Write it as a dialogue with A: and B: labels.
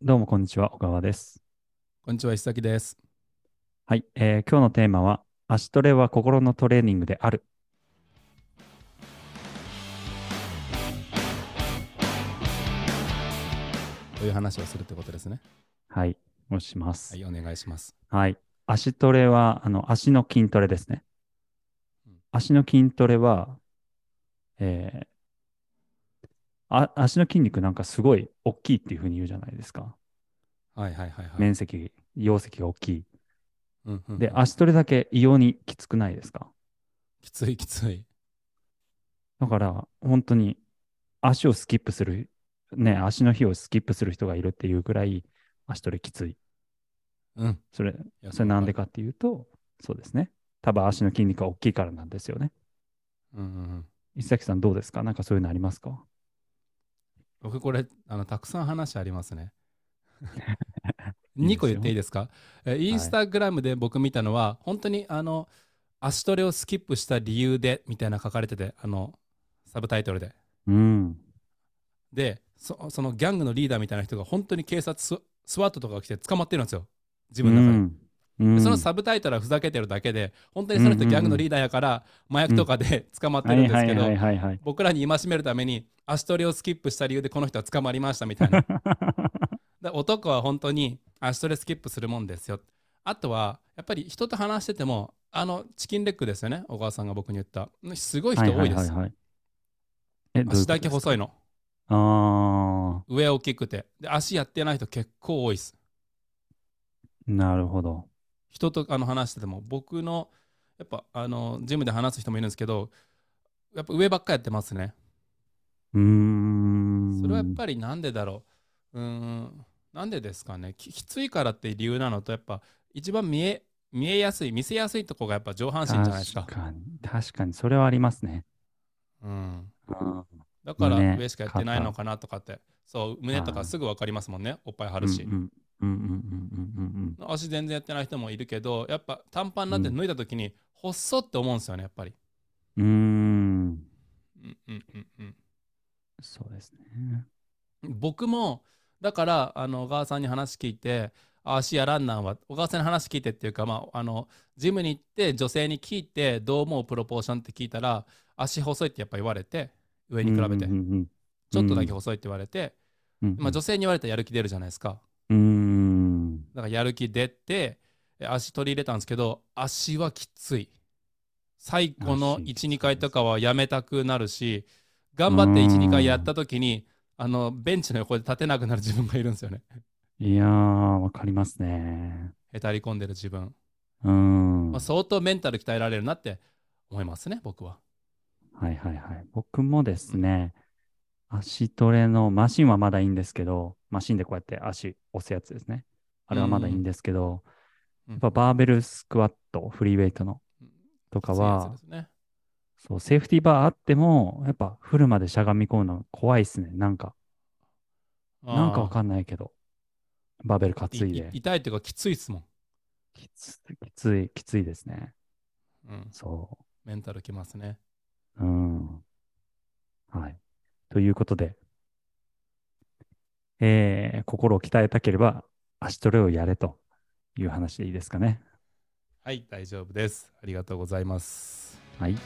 A: どうもこんにちは、小川です。
B: こんにちは、石崎です。
A: はい、えー今日のテーマは、足トレは心のトレーニングである。
B: という話をするってことですね。
A: はい、をします。
B: は
A: はい、
B: い、お願いします。
A: 足トレは、あの、足の筋トレですね
B: うん。
A: 足の筋トレは、えーあ、足の筋肉なんかすごい大きいっていうふうに言うじゃないですか。
B: はいはいはいはい。
A: 面積、容積が大きい。
B: うんうん、
A: で、
B: あ
A: 足トレだけ異様にきつくないですか。
B: きついきつい。
A: だから、本当に足をスキップする、ね、足の日をスキップする人がいるっていうぐらい足トレきつい。
B: うん。
A: それ、
B: いや
A: それなんで。かっていうと、そうですね。多分足の筋肉が大きいからなんですよね。
B: うんうんうん、
A: 石崎さんどうですかなんかそういうのありますか
B: 僕、これあの、たくさん話あります ね。
A: いいですよ
B: 2個言っていいですかえインスタグラムで僕見たのは、本当にあの足トレをスキップした理由でみたいな書かれてて、あのサブタイトルで。
A: うん。
B: でそ、そのギャングのリーダーみたいな人が本当に警察ススワットとかが来て捕まってるんですよ。自分の中で。
A: うん。
B: でそ
A: う
B: の
A: ん
B: サブタイトルはふざけてるだけで、本当にその
A: うんうんう
B: 人
A: ん
B: ギャングのリーダーやから、麻薬とかで捕まってるんですけど
A: はい、はいはいはい
B: 僕らに戒めるために、足取りをスキップした理由でこの人は捕まりましたみ たいな。
A: はい。
B: で男は本当に足取りスキップするもんですよ。あとは、やっぱり人と話してても、あのチキンレッグですよね、小川さんが僕に言った。すごい人多いで
A: は
B: す
A: は。はい。え、どういう
B: 足だけ
A: ことですか
B: 細いの。
A: あ
B: 上大きくて。で、足やってない人結構多いです。
A: ー、なるほど。
B: 人とあの話してても僕のやっぱあのジムで話す人もいるんですけどやっぱ上ばっかやってますね
A: うーん。
B: それはやっぱりなんでだろううーんなんでですかねききついからっていう理由なのとやっぱ一番見え見えやすい見せやすいとこがやっぱ上半身じゃないですか
A: 確かに、確かに、それはありますね。
B: うん、
A: うん
B: だから
A: 胸
B: 上しかやってないのかなとかってそう胸とかすぐ分かりますもんねおっぱい張るし、
A: うんうんうんうんうんうん
B: 足全然やってない人もいるけどやっぱ短パンなんて脱いだ時に細って思うんですよねやっぱり
A: うんうん。うーん。
B: うんうんうんうん
A: そうですね。
B: 僕もだからあの小川さんに話聞いてあ足やランナーは小川さんに話聞いてっていうか、まあ、あのジムに行って女性に聞いてどう思うプロポーションって聞いたら足細いってやっぱ言われて上に比べて
A: うんうんうん
B: ちょっとだけ細いって言われて、
A: うん
B: まあ、女性に言われたらやる気出るじゃないですか
A: うーん。
B: だからやる気出てえ足取り入れたんですけど足はきつい最後の
A: 足きつい
B: 12回とかはやめたくなるし頑張って
A: う
B: 12
A: ん
B: 回やった時にあのベンチの横で立てなくなる自分がいるんですよね
A: いやー、わかりますね。
B: へたり込んでる自分、
A: うーん。
B: まあ、
A: はい
B: 相当メンタル鍛えられるなって思いますね僕は
A: はいはい。僕もですね、足トレのマシンはまだいいんですけど、マシンでこうやって足押すやつですね。あれはまだいいんですけど、
B: うん
A: やっぱバーベルスクワット、フリーウェイトの
B: うん
A: とか
B: きついや
A: は
B: つ、ですね
A: そう、セーフティーバーあっても、やっぱフルまでしゃがみ込むの怖いっすね。なんか、なんかわ
B: ん
A: かんないけど、バーベル担いで。
B: 痛いっていうかきついっすもん、
A: きつきつい、きついですね。
B: うん、
A: そ
B: メンタルきますね
A: う。うん。はい。ということで、えー、心を鍛えたければ足トレをやれという話でいいですかね。
B: はい大丈夫ですありがとうございます
A: はい。